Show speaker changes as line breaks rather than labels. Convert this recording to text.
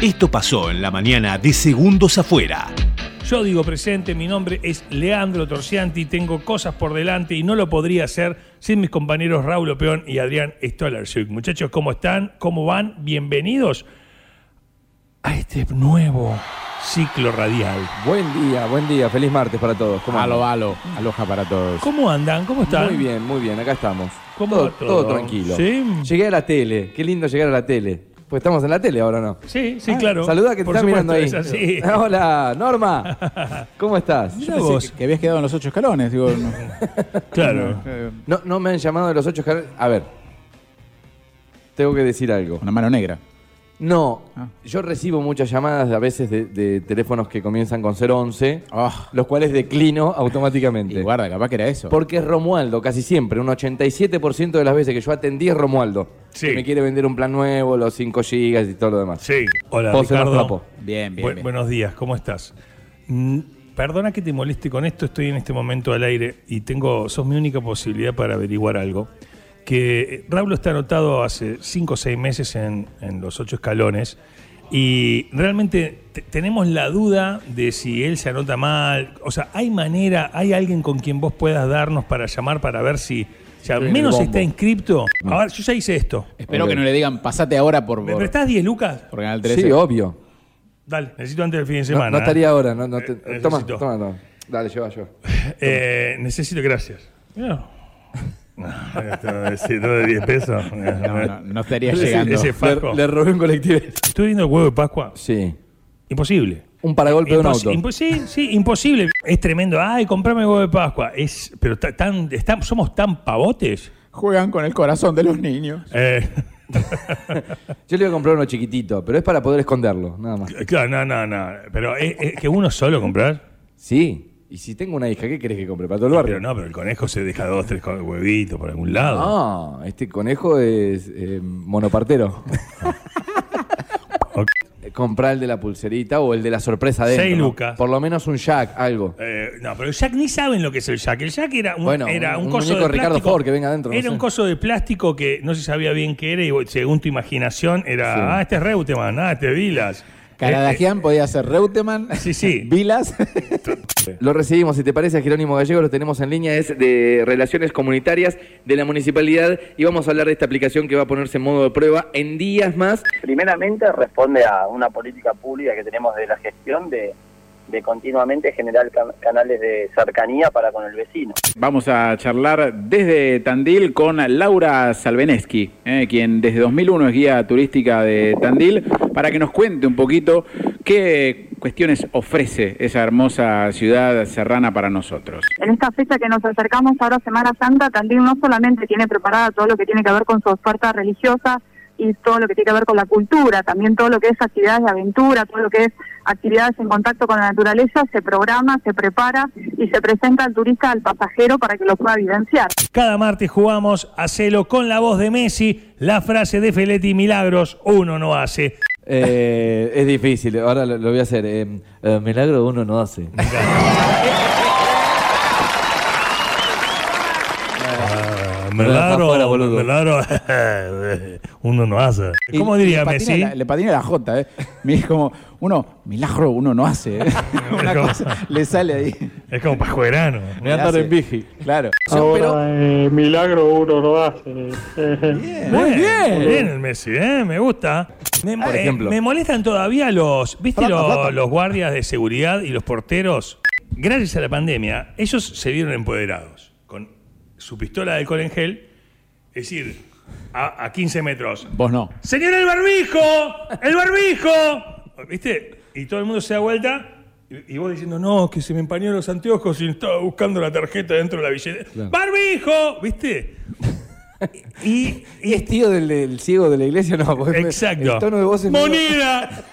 Esto pasó en la mañana de Segundos Afuera.
Yo digo presente, mi nombre es Leandro Torcianti, tengo cosas por delante y no lo podría hacer sin mis compañeros Raúl Opeón y Adrián Stollershuk. Muchachos, ¿cómo están? ¿Cómo van? Bienvenidos a este nuevo ciclo radial.
Buen día, buen día, feliz martes para todos. ¿Cómo
Alo,
andan?
alo, aloja para todos.
¿Cómo andan? ¿Cómo están?
Muy bien, muy bien, acá estamos.
¿Cómo
todo,
va todo?
tranquilo.
¿Sí?
Llegué a la tele, qué lindo llegar a la tele. Pues estamos en la tele ahora, ¿no?
Sí, sí, claro.
Ah, Saluda que te
Por
está mirando ahí. Ah,
supuesto, es así.
Hola, Norma. ¿Cómo estás?
Mirá
Yo pensé
vos.
que, que habías quedado en los ocho escalones, digo. no.
Claro.
Eh,
No, no me han llamado de los ocho canales. A ver, tengo que decir algo.
Una mano negra.
No,
Ah.
yo recibo muchas llamadas a veces de, de teléfonos que comienzan con 011,
Ah.
los cuales declino automáticamente.
Y guarda, capaz que era eso.
Porque es Romualdo, casi siempre. Un 87% de las veces que yo atendí es Romualdo.
Sí.
Que me quiere vender un plan nuevo, los 5 gigas y todo lo demás.
Sí. Hola,
Vos sos
Ricardo.
trapo.
Bien, bien,
Bu-
bien.
Buenos días, ¿cómo estás? Mm, Perdona que te moleste con esto, estoy en este momento al aire y tengo, sos mi única posibilidad para averiguar algo. Que Raúl está anotado hace cinco o seis meses en, en los ocho escalones y realmente te- tenemos la duda de si él se anota mal. O sea, ¿hay manera, hay alguien con quien vos puedas darnos para llamar para ver si, si al
en el
menos
bombo.
está inscripto? Ahora, yo ya hice esto.
Espero
Ok.
que no le digan, pasate ahora por,
¿Me
por,
prestás 10 lucas?
por Canal 13.
Sí, obvio.
Dale, necesito antes del fin de
No,
semana.
no
¿eh?
estaría ahora. No, no te-
Eh,
toma,
necesito.
toma, toma. Dale, lleva yo.
Eh, necesito, gracias. No. Esto de 10 pesos.
no, no, no estaría
Ese-
llegando.
ese- Faco.
Le, le robé un colectivo.
Estuve viendo el huevo de Pascua.
Sí.
Imposible.
Un paragolpe de un
Impos-
auto.
impo- sí, sí, imposible. Es tremendo. Ay, comprame huevo de Pascua. Es, pero ta- tan, están- somos tan pavotes.
Juegan con el corazón de los niños.
Eh,
Yo le voy a comprar uno chiquitito, pero es para poder esconderlo, nada más.
claro, no, no, no. Pero es, es que uno solo comprar.
Sí. Y si tengo una hija, ¿qué querés que compre? ¿Para todo el
Pero
barrio?
no, pero el conejo se deja dos, tres co- huevitos por algún lado.
Ah, este conejo es eh, monopartero.
Ok.
Comprar el de la pulserita o el de la sorpresa de
Seis lucas.
Por lo menos un jack, algo.
Eh, no, pero el Jack ni saben lo que es el Jack. El Jack era un,
Bueno,
era un,
un
coso
muñeco
de
Ricardo
plástico.
Ford que venga adentro, no
Era un
sé.
coso de plástico que no se sabía bien qué era y vos, según tu imaginación era,
Sí.
ah, este es Reutemann, ah, este es Vilas. Eh,
Caradagian podía ser Reutemann.
Sí, sí.
Vilas.
Lo recibimos, si te parece, a Jerónimo Gallego, lo tenemos en línea, es de Relaciones Comunitarias de la Municipalidad y vamos a hablar de esta aplicación que va a ponerse en modo de prueba en días más.
primeramente responde a una política pública que tenemos de la gestión de, de continuamente generar can- canales de cercanía para con el vecino.
Vamos a charlar desde Tandil con Laura Salveneschi, eh, quien desde 2001 es guía turística de Tandil, para que nos cuente un poquito qué cuestiones ofrece esa hermosa ciudad serrana para nosotros.
En esta fecha que nos acercamos ahora a Semana Santa, Tandil no solamente tiene preparada todo lo que tiene que ver con su oferta religiosa y todo lo que tiene que ver con la cultura, también todo lo que es actividades de aventura, todo lo que es actividades en contacto con la naturaleza, se programa, se prepara y se presenta al turista, al pasajero para que lo pueda evidenciar.
Cada martes jugamos a celo con la voz de Messi, la frase de Feletti, milagros uno no hace.
Eh, es difícil, ahora lo, lo voy a hacer. eh, eh, milagro uno no hace.
Ah,
Está fuera,
milagro,
boludo.
milagro, uno no hace. ¿Cómo
Y-
diría
le patina
Messi?
la- le patina la J, ¿eh? Me dijo como, uno, milagro uno no hace. ¿eh? Una
No.
cosa, le sale ahí.
Es como pajuerano.
Me voy a andar
hace-
en bici.
Claro.
Ahora, eh, milagro uno no hace. Eh,
Muy bien.
bien.
Muy bien el Messi, ¿eh? Me gusta. Me,
Por
eh,
ejemplo.
me molestan todavía los, ¿viste
Flota,
lo-
flota.
los guardias de seguridad y los porteros? Gracias a la pandemia, ellos se vieron empoderados con su pistola de alcohol en gel, es decir, a, a 15 metros.
Vos no.
¡Señor, el barbijo! ¡El barbijo! ¿Viste? Y todo el mundo se da vuelta. Y y vos diciendo, no, que se me empañó los anteojos y estaba buscando la tarjeta dentro de la billetera. ¡Barbijo! ¿Viste? Y,
¿Y es tío del, del ciego de la iglesia? No, porque me-
Exacto.
El tono de voz es medio-
¡Moneda!